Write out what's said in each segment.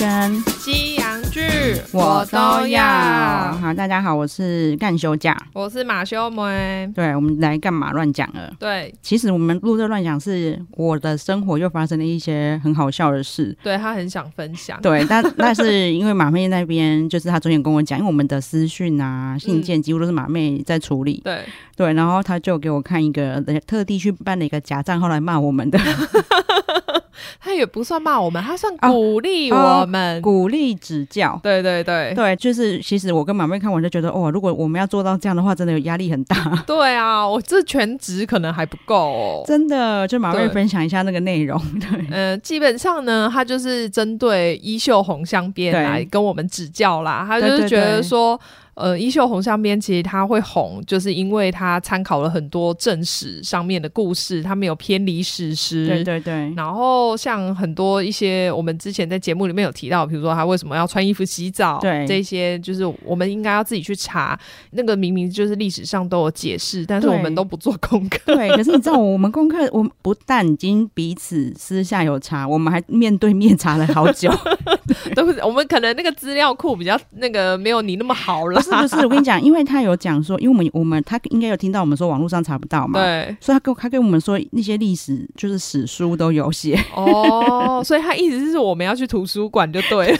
人，西洋剧好，大家好，我是干休假。我是马修梅。对，我们来干嘛乱讲了？对其实我们录这乱讲是我的生活又发生了一些很好笑的事。对，他很想分享。对， 但但是因为马妹那边就是她昨天跟我讲，因为我们的私讯啊、信件几乎都是马妹在处理。嗯对，对，然后她就给我看一个特地去办了一个假账号来骂我们 的，他也不算骂我们，他算啊鼓励我们。哦鼓励指教。对对对对，就是其实我跟马妹看完就觉得，哦，如果我们要做到这样的话，真的有压力很大。对啊！我这全职可能还不够哦。真的，就马妹对分享一下那个内容。对，嗯，基本上呢，他就是针对衣袖红香边对来跟我们指教啦。他就对是对觉得对说，呃，衣袖红香边其实它会红，就是因为它参考了很多正史上面的故事，它没有偏离史 实。对对对，然后像很多一些我们之前在节目里面有提到，比如说他为什么要穿衣服洗澡，对这些就是我们应该要自己去查，那个明明就是历史上都有解释，但是对我们都不做功课。对，可是你知道，我们功课，我们不但已经彼此私下有查，我们还面对面查了好 久。 都是我们可能那个资料库比较那个没有你那么好不啦。是不是，我跟你讲，因为他有讲说，因为我们我们他应该有听到我们说网络上查不到嘛，，对所以他跟我他跟我们说那些历史就是史书都有写， 哦，所以他意思是我们要去图书馆就对了。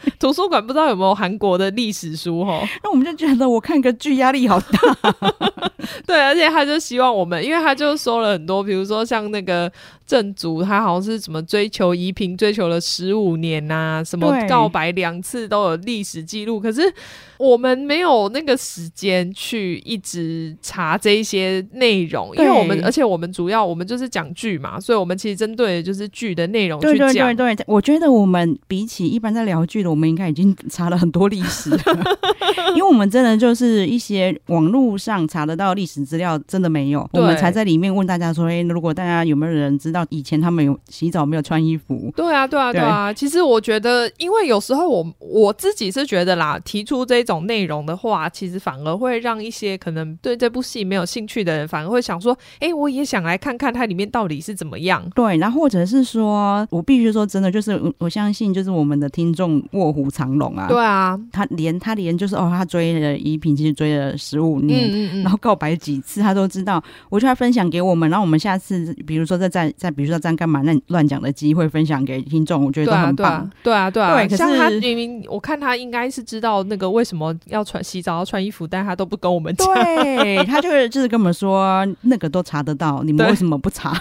图书馆不知道有没有韩国的历史书哦？那我们就觉得我看个剧压力好大。 对，而且他就希望我们，因为他就说了很多，比如说像那个正竹，他好像是怎么追求怡平，追求了十五年呐、什么对告白两次都有历史记录，可是我们没有那个时间去一直查这一些内容，因为对我们而且我们主要我们就是讲剧嘛，所以我们其实针对的就是剧的内容对哦去对讲对。对，我觉得我们比起一般在聊剧的，我们应该已经查了很多历史 了，因为我们真的就是一些网络上查得到历史资料，真的没有，我对们才在里面问大家说，哎、如果大家有没有人知道以前他们有洗澡没有穿衣服？对啊，对啊，对啊。其实我觉得，因为有时候我我自己是觉得啦，提出这种内容的话，其实反而会让一些可能对这部戏没有兴趣的人，反而会想说，哎，我也想来看看它里面到底是怎么样。对，然后或者是说，我必须说真的，就是我我相信，就是我们的听众卧虎藏龙啊，对啊，他连他连就是哦，他追了依萍，其实追了十五年，嗯嗯然嗯，后告白几次，他都知道，我就要分享给我们，然后我们下次比如说再再再比如说这样干嘛那乱讲的机会分享给听众，我觉得对都啊，很对棒啊。，对啊，对啊。对可是像他明明，我看他应该是知道那个为什么要穿洗澡要穿衣服，但他都不跟我们讲。对他就是就是跟我们说那个都查得到，你们对为什么不 查？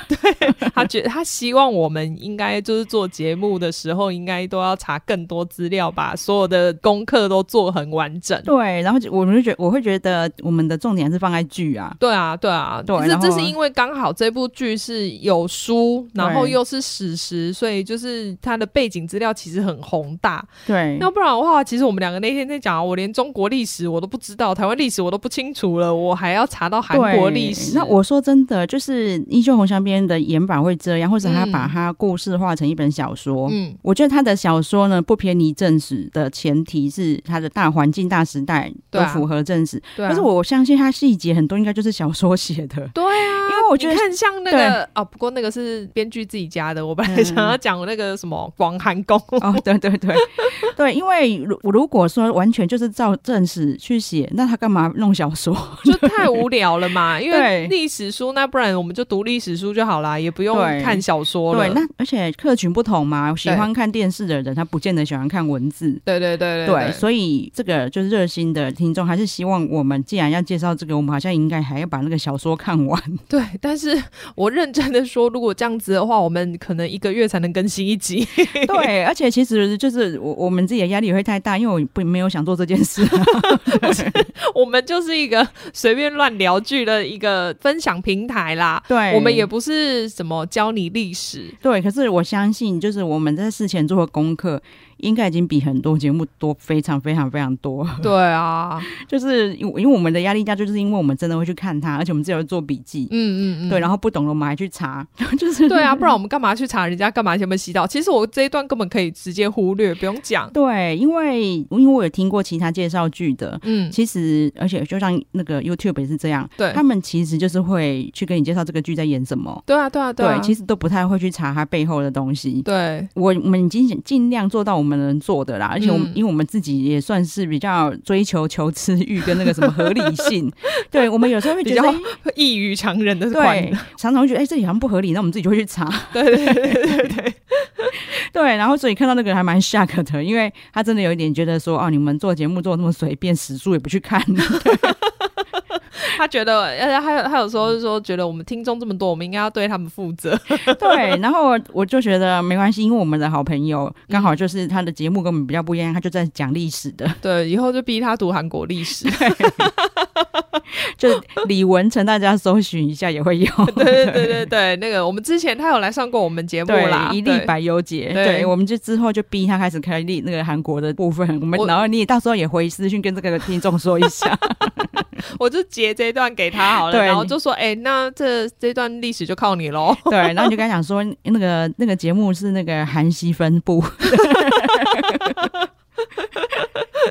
他觉得他希望我们应该就是做节目的时候，应该都要查更多资料，把所有的功课都做很完整。对，然后就我们就觉我会觉得我们的重点还是放在剧啊，对啊，对啊，对可是然后这是因为刚好这部剧是有书，然后对又是史实，所以就是它的背景资料其实很宏大。对，要不然的话，其实我们两个那天在讲，我连中国历史我都不知道，台湾历史我都不清楚了，我还要查到韩国历史。对那我说真的，就是《英雄红香边》的演法会这样，或者他嗯把它故事化成一本小说，嗯，我觉得他的小说呢不偏离正史的前提是他的大环境、大时代都对啊符合正史，对啊，但是我相信他细节很多应该就是小说写 的。对啊，因为我觉得你看像那个哦，不过那个是编剧自己加的。我本来嗯想要讲那个什么广寒 宫，哦，对对对对，因为如如果说完全就是照正史去写，那他干嘛弄小说？就太无聊了嘛。因为对历史书，那不然我们就读历史书就好啦，也不用对看小说了。对，那而且客群不同嘛，喜欢看电视的人，他不见得喜欢看文字。对对对对，所以这个就是热心的听众，还是希望我们既然要介绍这个，我们好像应该还要把那个小说看完。对， 但是我认真的说，如果这样子的话，我们可能一个月才能更新一集。 对，而且其实就是我我们自己的压力也会太大，因为我不没有想做这件 事、我们就是一个随便乱聊剧的一个分享平台啦。对，我们也不是什么教你 历史，对。可是我相信，就是我们在事前做的功课，应该已经比很多节目多，非常非常非常多。 对啊，就是因为因为我们的压力大，就是因为我们真的会去看它，而且我们自己会做笔记。嗯嗯嗯，对，然后不懂了，我们还去查， 就是 对啊，不然我们干嘛去查人家干嘛有没有洗澡？其实我这一段根本可以直接忽略，不用讲。对，因为因为我有听过其他介绍剧的，嗯，其实而且就像那个 YouTube 也是这样，对他，们其实就是会去跟你介绍这个剧在演什么，对啊，对啊，对，啊，其实都不太会去查它背后的东西。对我们已经尽量做到我们能做的啦。而且我们、嗯因为我们自己也算是比较追求求知欲跟那个什么合理 性，对我们有时候会觉得比较哎异于常人的款对，常常会觉得哎、这里好像不合理，那我们自己就会去查。 对对对对对， 对，然后所以看到那个还蛮 shock 的，因为他真的有一点觉得说，哦，你们做节目做得那么随便，史书也不去 看，他觉得，而且还有他有时候是说，觉得我们听众这么多，我们应该要对他们负责。对。然后我我就觉得没关系，因为我们的好朋友刚嗯好就是他的节目跟我们比较不一样，他就在讲历史的，对，以后就逼他读韩国历 史。 就李文成大家搜寻一下也 会有，对对对对对，那个我们之前他有来上过我们节目啦，对，一对例百忧解，对对，我们就之后就逼他开始开立那个韩国的部分，我们我然后你也到时候也回私讯跟这个听众说一 下，我就截这一段给他好了，对然后就说，哎、那这这段历史就靠你喽。对，然后你就跟他讲说，那个那个节目是那个韩西分部，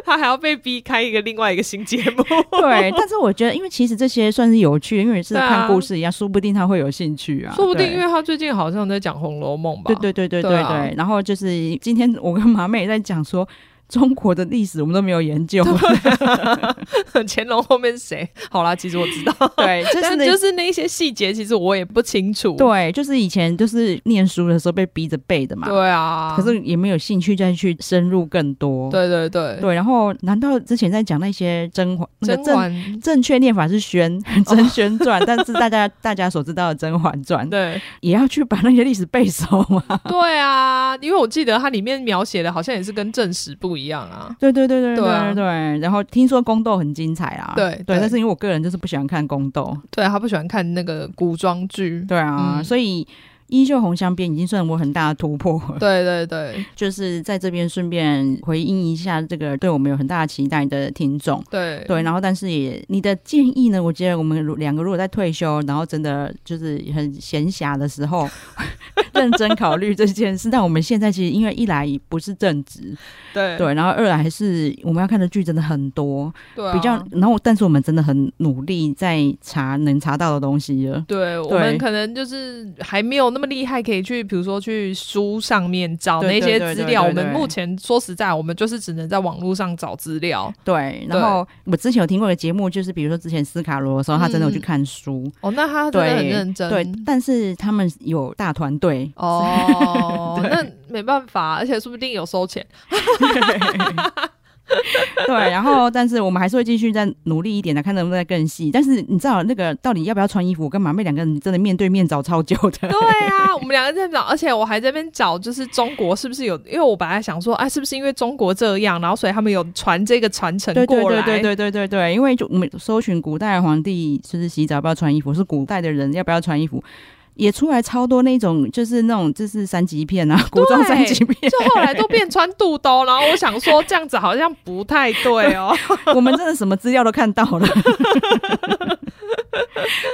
他还要被逼开一个另外一个新节目。 对，但是我觉得，因为其实这些算是有趣，因为是对啊看故事一样， 说不定他会有兴趣啊， 说不定，对因为。他最近好像在讲《红楼梦》吧？对对对对对对对，啊然后就是今天我跟马妹也在讲说，中国的历史我们都没有研 究，对，乾隆后面谁？好啦，其实我知道，对，就但是就就是那一些细节，其实我也不清楚。对，就是以前就是念书的时候被逼着背的嘛，对啊，可是也没有兴趣再去深入更多，对对对，对，然后难道之前在讲那些甄嬛，那个甄正嬛正确念法是 宣《甄嬛传》，但是大家大家所知道的《甄嬛传》 对也要去把那些历史背熟吗？对啊，因为我记得它里面描写的好像也是跟正史不一样啊。 对对对对对啊对对，然后听说宫斗很精彩啦，对对对，但是因为我个人就是不喜欢看宫斗，对，他不喜欢看那个古装剧。对啊，嗯所以《衣袖红香边》已经算我很大的突破了，对对对就是在这边顺便回应一下这个对我们有很大的期待的听众。对对，然后但是也你的建议呢？我觉得我们如两个如果在退休，然后真的就是很闲暇的时 候，认真考虑这件事。但我们现在其实因为一来不是正职，对对，然后二来是我们要看的剧真的很多，对啊，比较，然后但是我们真的很努力在查能查到的东西了。对，我对们可能就是还没有那么厉害，可以去比如说去书上面找对那些对资对料。我对对们对目前说实在，我们就是只能在网络上找资料。对，对然后我之前有听过一个节目，就是比如说之前斯卡罗的时候，他真的有去看书，哦，那他真对，的很认真。对，但是他们有大团队， 哦，那没办法，而且说不定有收钱。对，然后但是我们还是会继续再努力一点的，看能不能再更细。但是你知道那个到底要不要穿衣服，我跟马妹两个人真的面对面找超久的。 对啊，我们两个在找，而且我还在那边找，就是中国是不是有？因为我本来想说，哎、是不是因为中国这样，然后所以他们有传这个传承对对过来？对对对对对对，因为就我们搜寻古代皇帝就是洗澡要不要穿衣服，是古代的人要不要穿衣服，也出来超多那种就是那种就是三级片啊，古装三级片， 就后来都变穿肚兜，然后我想说这样子好像不太 对哦。 我们真的什么资料都看到了。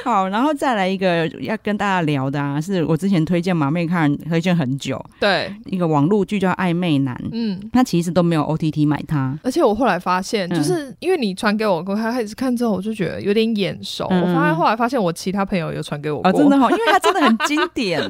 好，然后再来一个要跟大家聊的啊，是我之前推荐马妹看，推荐很久对，一个网络剧叫《暧昧男》，嗯。他其实都没有 OTT 买它。而且我后来发现，嗯就是因为你传给我过，他开始看之后，我就觉得有点眼熟。嗯我发现后来发现我其他朋友有传给我过，哦，真的，哦，因为它真的很经 典，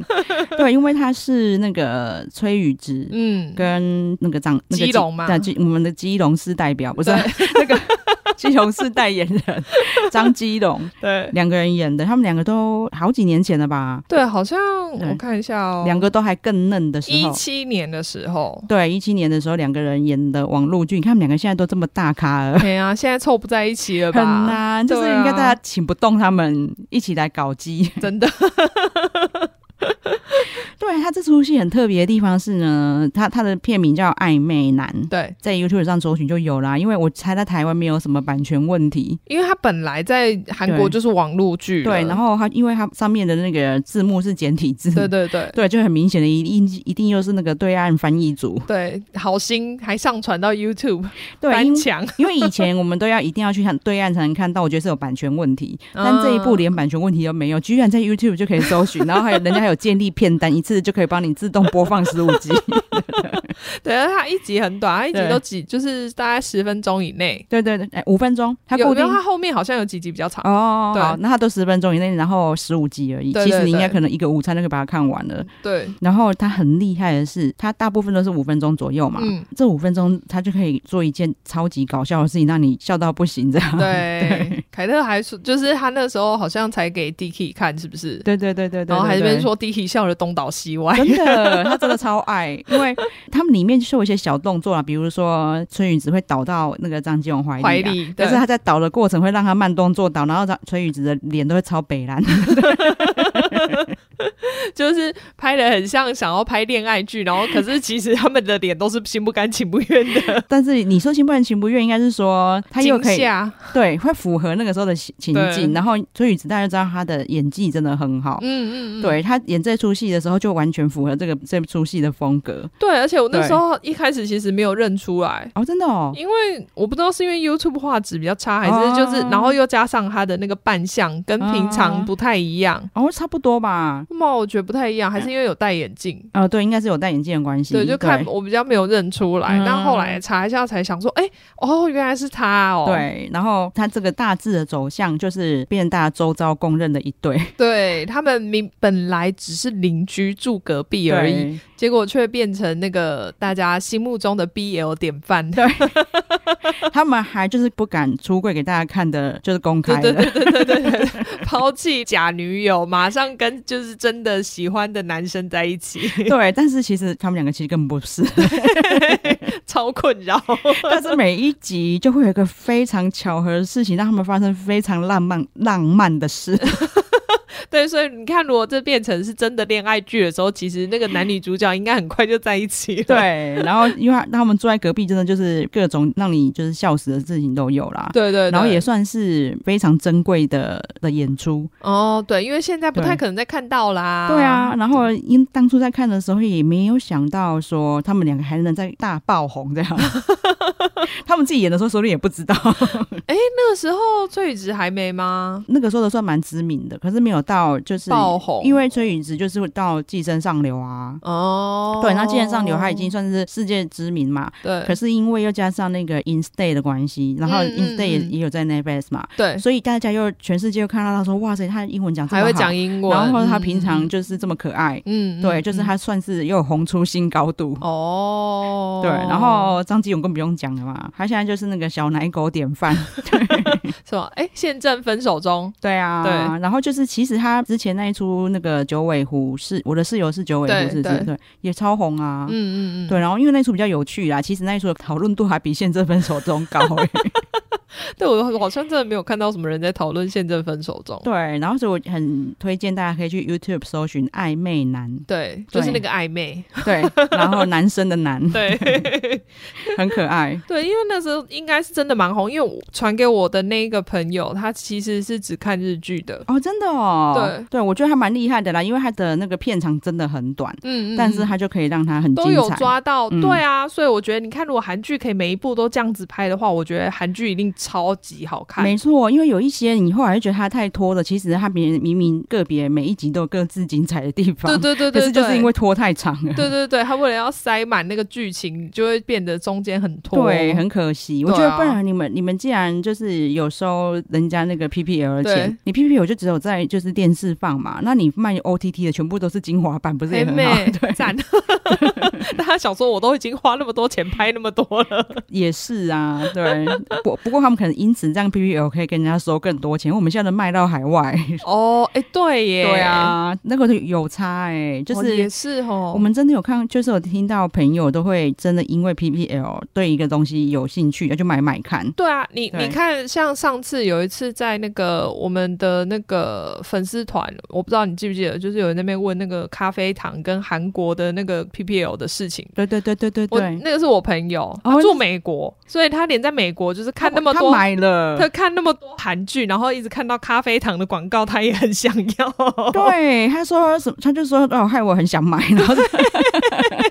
对，因为它是那个崔宇植嗯，跟那个张那个基隆嘛对基我们的基隆市代表不是对那个 基隆市代言 人张基隆 对两个人演的，他们两个都好几年前了吧，对，好像对我看一下哦，两个都还更嫩的时一候。七年的时候，对，一七年的时候，两个人演的网络剧，你看他们两个现在都这么大咖了，对啊，现在凑不在一起了吧？很难，就是对啊应该大家请不动他们一起来搞基。真的， 对他这出戏很特别的地方是呢，他他的片名叫《暧昧男》，对，在 YouTube 上搜寻就有啦。因为我猜在台湾没有什么版权问题，因为他本来在韩国对就是网络剧了，对。然后他因为他上面的那个字幕是简体字，对对对对就很明显的一定一定又是那个对岸翻译组。对，好心还上传到 YouTube 对，因翻墙，因为以前我们都要一定要去看对岸才能看到，我觉得是有版权问题。但这一部嗯连版权问题都没有，居然在 YouTube 就可以搜寻，然后还有人家还有建立片单，一次就可以帮你自动播放十五集。对，但它一集很短，它一集对都几就是大概十分钟以内。 对对对，哎五分钟，它有固没定有？它后面好像有几集比较长。哦，对好，那它都十分钟以内，然后十五集而已。对其实对你应该对可能一个午餐就可以把它看完了。对，然后它很厉害的是，它大部分都是五分钟左右嘛。 嗯，这五分钟，它就可以做一件超级搞笑的事情，让你笑到不行，这样。对。凯特还说，就是他那时候好像才给 Dicky 看，是不是？ 对对对对对，然后还对在那边对说 Dicky 笑的东倒西 歪。真的，他真的超爱，因为他们里面就是有一些小动作啊，比如说春雨只会倒到那个张基勇怀怀里、啊。里，但对是他在倒的过程会让他慢动作倒，然后张春雨子的脸都会超北蓝。 就是拍的很像想要拍恋爱剧，然后可是其实他们的脸都是心不甘情不愿的，但是你说情不人情不愿，应该是说 他又可惊以吓，对，会符合那个时候的情情对境。然后春雨子大家知道他的演技真的很好，嗯嗯嗯，对他演这出戏的时候就完全符合这个这出戏的风格。对，而且我那对时候一开始其实没有认出来。哦，真的哦，因为我不知道是因为 YouTube 画质比较差，还是就是，哦然后又加上他的那个扮相跟平常不太一样，哦，差不多吧。那么我觉得不太一样，嗯还是因为有戴眼镜，呃，对，应该是有戴眼镜的关系。对，就看我比较没有认出来，嗯但后来查一下才想说，哎、哦，原来是他哦，对，然后他这个大致的走向就是变成大家周遭公认的一 对对他们明本来只是邻居住隔壁而已，，结果却变成那个大家心目中的 BL 典范。对对他们还就是不敢出柜给大家看的，就是公开 对的。对对对对对，抛弃假女友，马上跟就是真的喜欢的男生在一起， 对，但是其实他们两个其实根本不 是，超困 扰。但是每一集就会有一个非常巧合的事情，让他们发生非常浪漫浪漫的 事。对，所以你看，如果这变成是真的恋爱剧的时候，其实那个男女主角应该很快就在一起了。对，然后因为他他们住在隔壁，真的就是各种让你就是笑死的事情都有啦。对对对，然后也算是非常珍贵的的演出，哦，对，因为现在不太对可能再看到啦。对啊，然后因当初在看的时候也没有想到说他们两个还能在大爆红这 样，他们自己演的时候说不定也不知道， 那个时候崔宇植还没吗？那个时候的算蛮知名的，可是没有到就是爆红因为崔宇植就是会到《寄生上流》啊。哦，对，那《寄生上流》他已经算是世界知名嘛，对，可是因为又加上那个 Instay 的关系，然后嗯嗯 Instay 也、嗯也有在 Netflix 嘛，对，所以大家又全世界又看到他说哇塞，他英文讲这么还会好讲英文，然后他平嗯常就是这么可爱，嗯，嗯对，就是嗯他算是又红出新高度。哦，对，然后张基勇更不用讲了嘛，他现在就是那个小奶狗典 范。什么？哎，现正分手中，对啊，对然后就是其实他之前那一出那个九尾狐是我的室友是九尾对狐，是不是？对对，也超红啊。嗯嗯嗯，对，然后因为那一出比较有趣啦，其实那一出的讨论度还比《现正分手中》 高、欸。对我好像真的没有看到什么人在讨论现正分手中，对，然后所以我很推荐大家可以去 YouTube 搜寻暧昧男，对，对就是那个暧昧， 对，然后男生的男对很可爱。 对，因为那时候应该是真的蛮红，因为我传给我的那个朋友，他其实是只看日剧的，哦，真的哦，对，对我觉得还蛮厉害的啦，因为他的那个片长真的很短，嗯，嗯但是。嗯他就可以让他很精都彩。有抓到，嗯对啊，所以我觉得你看，如果韩剧可以每一部都这样子拍的话，我觉得韩剧一定超级好看。没错，因为有一些你后来就觉得他太拖了，其实他明明明个别每一集都有各自精彩的地方，对对对对，可是就是对因为拖太长了，对对对，他为了要塞满那个剧情，就会变得中间很拖。对很可惜。我对啊觉得不然你们你们既然就是有收人家那个 PPL 的对钱，你 PPL 就只有在就是电视放嘛，那你卖 OTT 的全部都是精华版，不是也很很好？美 对， 赞。大家想说，我都已经花那么多钱拍那么多 了，也是啊，对。 不不过他们可能因此这样 PPL 可以跟人家收更多钱，因为我们现在能卖到海外。哦，哎， 对耶，对，啊，那个有差哎、就哦也是。是哦，我们真的有看，就是有听到朋友都会真的因为 PPL 对一个东西有兴趣，就买买看。对啊，你对你看，像上次有一次在那个我们的那个粉丝团，我不知道你记不记得，就是有人在那边问那个咖啡糖跟韩国的那个 PPL 的事情。对对对对对我对，那个是我朋友，他哦住美国，所以他连在美国就是看那么他多他买了他， 看那么多韩剧，然后一直看到咖啡糖的广告，他也很想要。对，他说什么，他就说哦，害我很想买，然后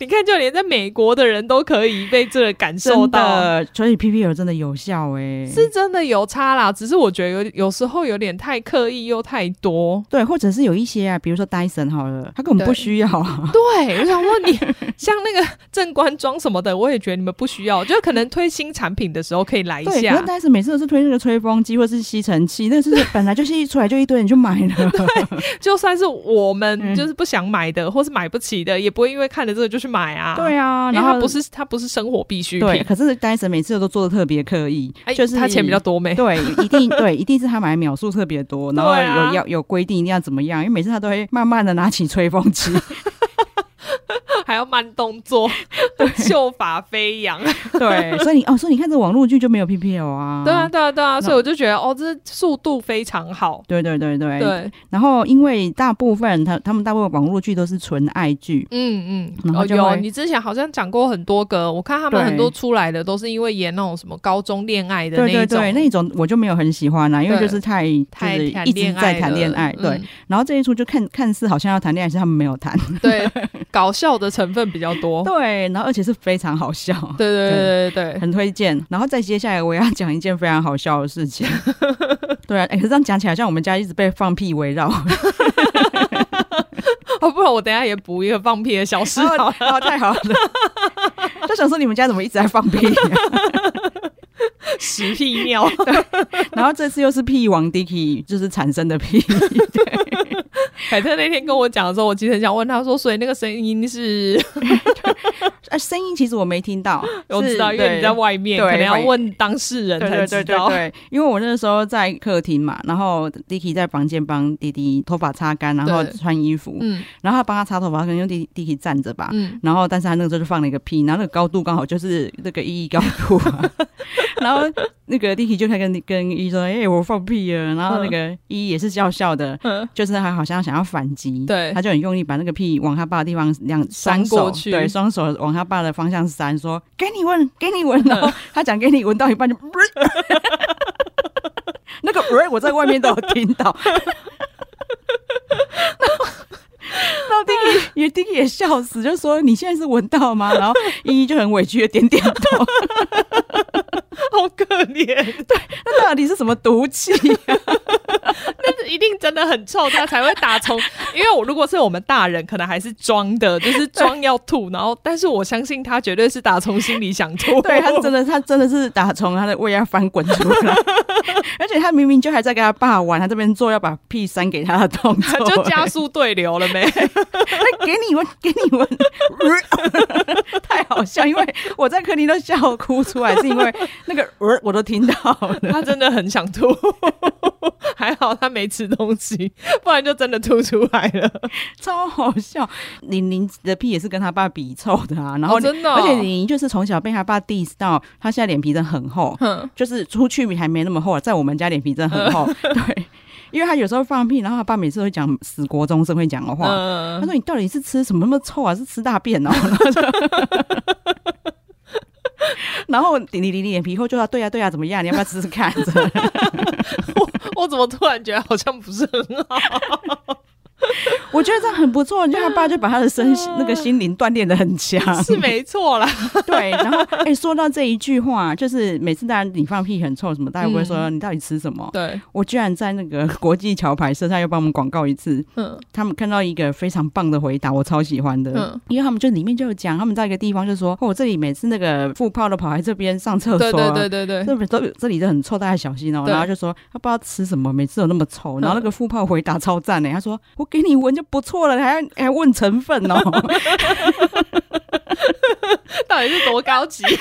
你看，就连在美国的人都可以被这个感受真 到，的，所以 PPL 真的有效哎、是真的有差啦。只是我觉得有有时候有点太刻意又太多。对，或者是有一些啊，比如说 Dyson 好了，他根本不对需要啊，对，我想问你，像那个正官装什么的，我也觉得你们不需要，就是可能推新产品的时候可以来一对，下刚。开始每次都是推那个吹风机或是吸尘器，那个是本来就是一出来就一堆人就买了。就算是我们嗯就是不想买的，或是买不起的，也不会因为看了这个就去买啊。对 啊，啊，因为然它后不是它不是生活必需对，品，可是戴森每次都做的特别刻意，哎就是它钱比较多没？对，一定对，一定是他买秒数特别多，然后对啊有要有规定一定要怎么样，因为每次他都会慢慢的拿起吹风 机， 还要慢动 作，秀发飞扬。嗯对， 所以你哦，所以你看这网络剧就没有 P P L 啊，对啊，，对啊，对啊，那所以我就觉得哦，这速度非常好。对对对对，对，然后因为大部分他他们大部分网络剧都是纯爱剧，嗯嗯，然哦后就有，会你之前好像讲过很多个，我看他们对很多出来的都是因为演那种什么高中恋爱的那对一对种，对，那种我就没有很喜欢啦、因为对就是太太就是谈一直恋在爱谈了恋爱，对，嗯然后这一出就看看似好像要谈恋爱，是他们没有谈， 对，搞笑的成分比较 多。对，然后而且是非常好笑，对对对对对对，很推荐。然后再接下来我要讲一件非常好笑的事 情。对啊，哎、可是这样讲起来，好像我们家一直被放屁围绕。 哦，不然我等一下也补一个放屁的 小事好了。哦，太好了。 就想说你们家怎么一直在 放屁、屎屁 尿，然后这次又是屁王 Dicky 就是产生的 屁，凯特那天跟我讲的时候，我其实很想问他说，所以那个声音是， 呃，声音其实我没听到，我知是道，因为你在。外面，对可能要会问当事人对才对对知对对道。对，因为我那时候在客厅嘛，然后 Dicky 在房间帮弟弟头发擦干，然后对穿衣服，嗯然后他帮他擦头发，可能用 D Dicky 站着吧，嗯，然后，但是他那个时候就放了一个屁，然后那个高度刚好就是那个一一高度、啊， 然后那个 Dicky 就开始跟跟一说：“哎、我放屁了。”然后那个一也是笑笑的，嗯就是他好像想要反击，对他就很用力把那个屁往他爸的地方两三扇手过去对，双手往他爸的方向扇，说：“给你闻，给你闻。”然嗯后他讲给你闻到一半就，那个呃我在外面都有听到。 然后 Dicky 也 Dicky 也笑死，就说你现在是闻到吗？然后依依就很委屈的点点头， 好可怜，那到底是什么毒气？但是一定真的很臭，他才会打从。 因为我如果是我们大人，可能还是装的，就是装要吐，然后，但是我相信他绝对是打从心里想 吐。对他哦真的，他真的是打从他的胃要翻滚出来， 而且他明明就还在跟他爸玩，他这边做要把屁扇给他的动他作，欸就加速对流了 没？哎给你闻，给你闻， 太好笑，因为我在客厅都笑哭出来，是因为那个呃我都听到了。他真的很想吐， 还好他没吃东西，不然就真的吐出来了。超好笑。玲玲的屁也是跟他爸比臭的啊，然后、哦真的哦而且玲玲就是从小被他爸 diss 到，她现在脸皮真的很厚，哼，就是出去还没那么厚，啊在我们家脸皮真的很厚，嗯对。因为他有时候放屁，然后他爸每次会讲死国中生会讲的话，嗯他说：“你到底是吃什么那么臭啊？是吃大便哦。 然后就”然后你你你脸皮厚就说对呀、啊对呀、怎么样？你要不要试试看？ 我怎么突然觉得好像不是很好？我觉得这样很不错，就他爸就把他的身那个心灵锻炼的很强。 是没错啦，对，然后哎、说到这一句话，就是每次大家你放屁很臭什么，大家不会嗯说你到底吃什么。对，我居然在那个 国际桥牌社上又帮我们广告一次，嗯他们看到一个非常棒的回答，我超喜欢的。嗯因为他们就里面就有讲，他们在一个地方就说，哦，这里每次那个副炮都跑来这边上嗯厕所，啊对对对 对对，这边都这里都很臭，大家小心哦。对嗯然后就说他不知道吃什么，每次都那么臭。然后那个副炮回答超赞呢，他说我给你闻就不错了，还要还问成分哦。 到底是多高级？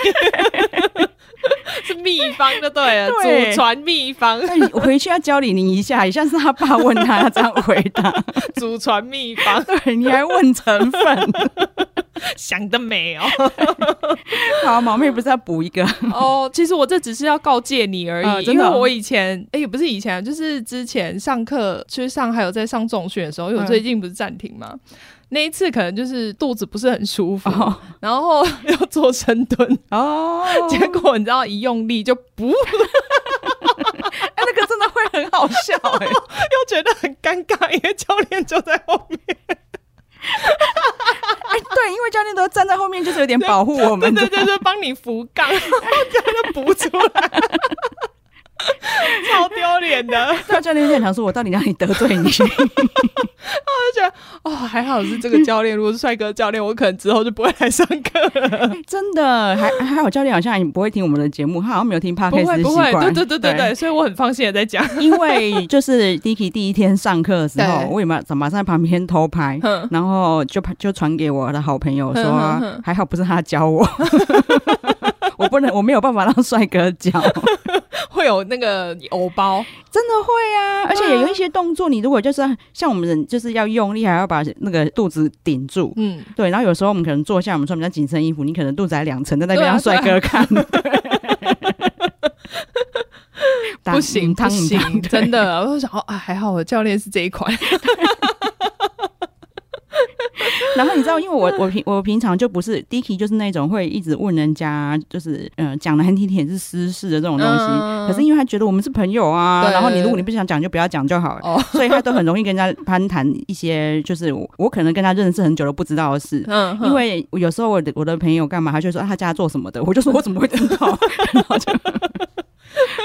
是秘方就对了，对祖传秘方，那你回去要教李宁一下，下次他爸问他，他这样回答， 祖传秘方，对，你还问成分？想得美哦！好，毛妹不是要补一个？ 哦，其实我这只是要告诫你而已，啊因真为的哦我以前，哎，也不是以前，就是之前上课，就是上还有在上中学的时候，因为我嗯最近不是暂停嘛。那一次可能就是肚子不是很舒服，哦然后 要做深蹲，哦，结果你知道一用力就不哎那个真的会很好笑哎。 又觉得很尴尬，因为教练就在后面。 哎，对，因为教练都站在后面，就是有点保护我们的对。对对， 帮你扶杠，然后这样就补出来，超丢脸脸的。对教练就很想说，我到底哪里得罪 你？哦，还好是这个教练，如果是帅哥教练，我可能之后就不会来上课了。真的，还还好教练好像也不会听我们的节目，他好像没有听 podcast 不会的不习会，惯。对对对对对，所以我很放心的在讲。 因为就是 Dicky 第一天上课的时候对，我也马马上在旁边偷拍哼，然后就拍就传给我的好朋友说，哼哼哼还好不是他教我， 我不能我没有办法让帅哥教，会有那个偶包，真的会啊，而且也有一些动作，你如果就是像我们人就是要用力，还要把那个肚子顶住。嗯，对，然后有时候我们可能坐下，我们穿比较紧身衣服，你可能肚子还两层，在那边对啊让帅哥 看， 不行不当嗯当嗯行，当真的，我就想哦，啊，还好我教练是这一款， 然后你知道，因为我我平我平常就不是 Dicky，就是那种会一直问人家，就是嗯讲难听点是私事的这种东西。嗯可是因为他觉得我们是朋友啊，对然后你如果你不想讲就不要讲就好了，哦所以他都很容易跟人家攀谈一些就是我我可能跟他认识很久都不知道的事。嗯，因为我有时候我的我的朋友干嘛，他就说、啊、他家做什么的，我就说我怎么会知道？ 然后就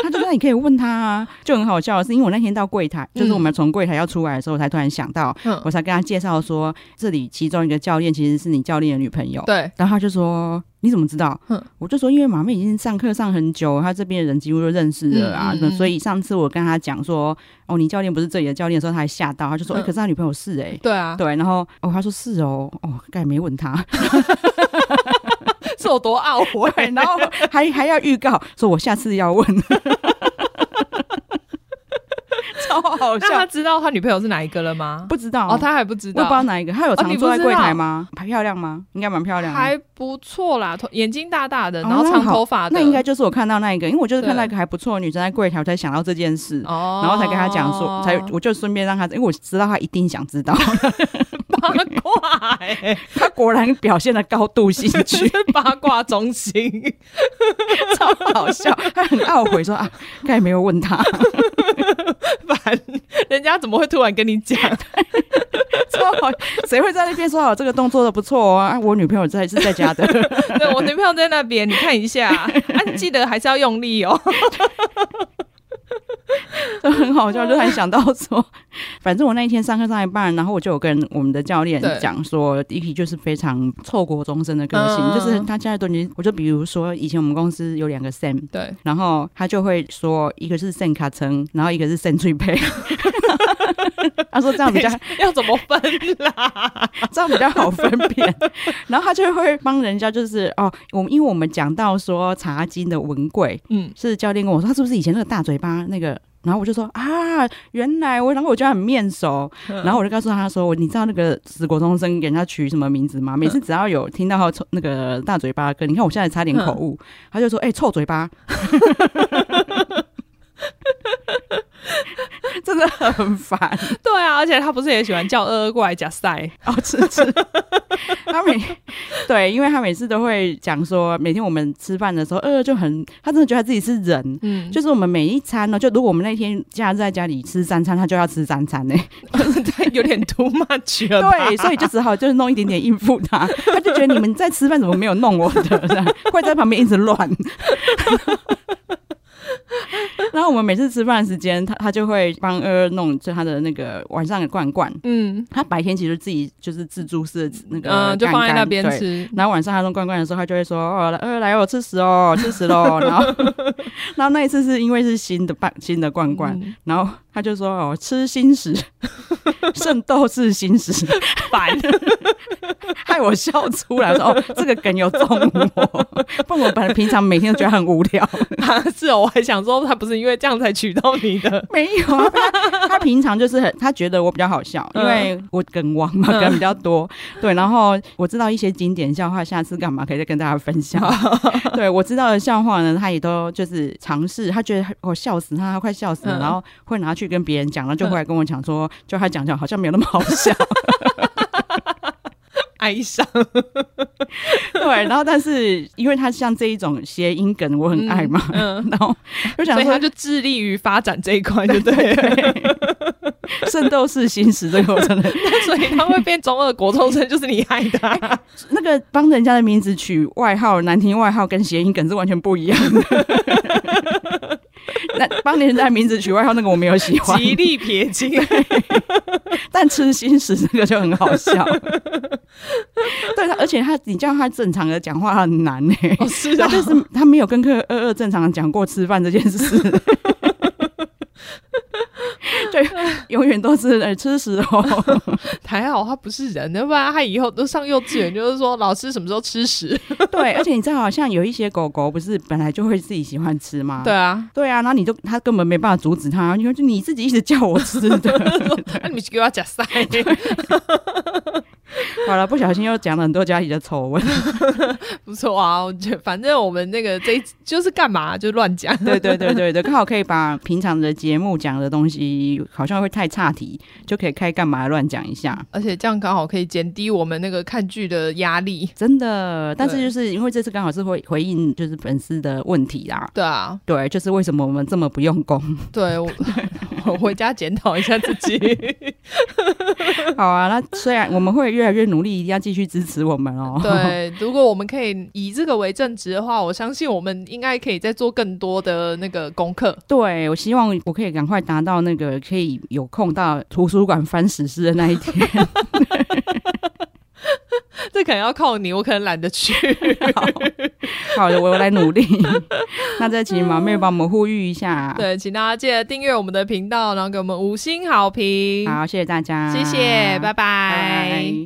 他就说你可以问他啊，就很好笑的是，因为我那天到柜台，就是我们从柜台要出来的时候，我才突然想到，嗯我才跟他介绍说，这里其中一个教练其实是你教练的女朋友。嗯对，然后他就说：“你怎么知道？”嗯我就说：“因为马妹已经上课上很久，她这边的人几乎都认识了啊。嗯嗯那嗯所以上次我跟他讲说：‘哦，你教练不是这里的教练’的时候，他还吓到，他就说：‘哎、嗯可是他女朋友是哎、对啊，对，然后哦，他说是哦，哦，该没问 他，是有多懊悔，对，然后还还要预告说，我下次要 问，超好那笑他，知道他女朋友是哪一个了吗？不知道哦，他还不知我也不知道道，哪一个，他有哦常你坐不在知柜台道吗？漂亮吗？应该蛮漂亮的，还不错啦，头眼睛大大的，哦然后那长好头发的，那应该就是我看到那一个，因为我就是看到对一个还不错的女生在柜台，我才想到这件事，哦，然后才跟她讲说，才我就顺便让她，因为我知道她一定想知 道，八卦 欸她果然表现的高度兴 趣，是八卦中心。超好 笑，她很懊悔说啊，该没有问她，烦，人家怎么会突然跟你 讲？超好， 谁会在那边说哦这个动作的不错哦啊，我女朋友在是在家的，对我女朋友在那边，你看一 下，啊，你记得还是要用力哦。就很好笑，就突然想到说，反正我那一天上课上一半，然后我就有跟我们的教练对讲说，Dicky 就是非常臭国终身的个性，嗯就是他现在都已经，我就比如说以前我们公司有两个 Sam。对，然后他就会说，一个是 Sam 卡称，然后一个是 Sam 翠佩。 他说这样比较 要怎么分啦？ 这样比较好分辨。然后他就会帮人家，就是哦，我们因为我们讲到说茶经的文贵，嗯，是教练跟我说，他是不是以前那个大嘴巴那个？然后我就说啊，原来我，然后我觉得很面熟，然后我就告诉他说，我你知道那个死国中生给人家取什么名字吗？每次只要有听到他臭那个大嘴巴的歌，你看我现在差点口误，他就说，哎、臭嘴巴。 真的很烦，对啊，而且他不是也喜欢叫二二过来假赛？哦，吃吃。 他每对，因为他每次都会讲说，每天我们吃饭的时候，呃，就很，他真的觉得他自己是人。 嗯，就是我们每一餐哦呢，就如果我们那天假日在家里吃三餐，他就要吃三餐呢、有点 too much 了吧。对，所以就只好就是弄一点点应付他。他就觉得你们在吃饭怎么没有弄我的，这样会在旁边一直乱。 然后我们每次吃饭的时间，他他就会帮呃弄就他的那个晚上的罐罐，嗯他白天其实自己就是自助式的那个干干、嗯，就放在那边对吃。然后晚上他弄罐罐的时候，他就会说：“哦，来呃，来哦，吃屎哦，吃屎喽。”然后，然后那一次是因为是新的罐新的罐罐，嗯然后他就说：“哦，吃新屎，圣斗士新屎。 烦，”害我笑出来，我说：“哦，这个梗有中我。”不然我本来平常每天都觉得很无聊，啊是哦，我还想说他不是因为这样才娶到你的， 没有啊。他 他平常就是很，他觉得我比较好笑，因嗯为我梗王嘛，梗比较 多。对，然后我知道一些经典笑话，下次干嘛可以再跟大家分 享。对我知道的笑话呢，他也都就是尝试，他觉得我笑死他，他快笑死了，嗯然后会拿去跟别人讲，然后就回来跟我讲说，就他讲讲好像没有那么好 笑。哀伤。对，然后但是因为他像这一种谐音梗，我很爱嘛，嗯，然后就想所以说他就致力于发展这一块，就对了。对，圣斗士星矢这个我真的 所以他会变中二国中生，就是你害的 啊、那个帮人家的名字取外号、难听外号跟谐音梗是完全不一样的。那帮人家名字取外号那个我没有喜欢，极力撇 清。但吃心石这个就很好笑。对，而且他你叫他正常的讲话他很难呢、哦，是他 啊，就是他没有跟客二二正常地讲过吃饭这件事。对，永远都是、哎吃屎哦。还好他不是人，要不然他以后都上幼稚园，就是说老师什么时候吃 屎？对，而且你知道，好像有一些狗狗不是本来就会自己喜欢吃吗？对。啊，对啊，然后你就他根本没办法阻止他，你说就你自己一直叫我吃的。啊那你们去给我假 塞。好了，不小心又讲了很多家里的丑闻。不错啊，我觉得反正我们那个这一集就是干嘛就乱讲，对对对对对，刚好可以把平常的节目讲的东西，好像会太岔题，就可以开干嘛乱讲一下。而且这样刚好可以减低我们那个看剧的压力。真的，但是对就是因为这次刚好是回回应就是粉丝的问题啦，对啊，对，就是为什么我们这么不用功？对 我我回家检讨一下自 己。好啊，那虽然我们会越来越努力，一定要继续支持我们哦。，对，如果我们可以以这个为正职的话，我相信我们应该可以再做更多的那个功课。对我希望我可以赶快达到那个可以有空到图书馆翻史诗的那一天。这可能要靠你，我可能懒得去。好的，我我来努力。那再请毛妹帮我们呼吁一下。，对，请大家记得订阅我们的频道，然后给我们五星好评。好，谢谢大家，谢谢，拜拜拜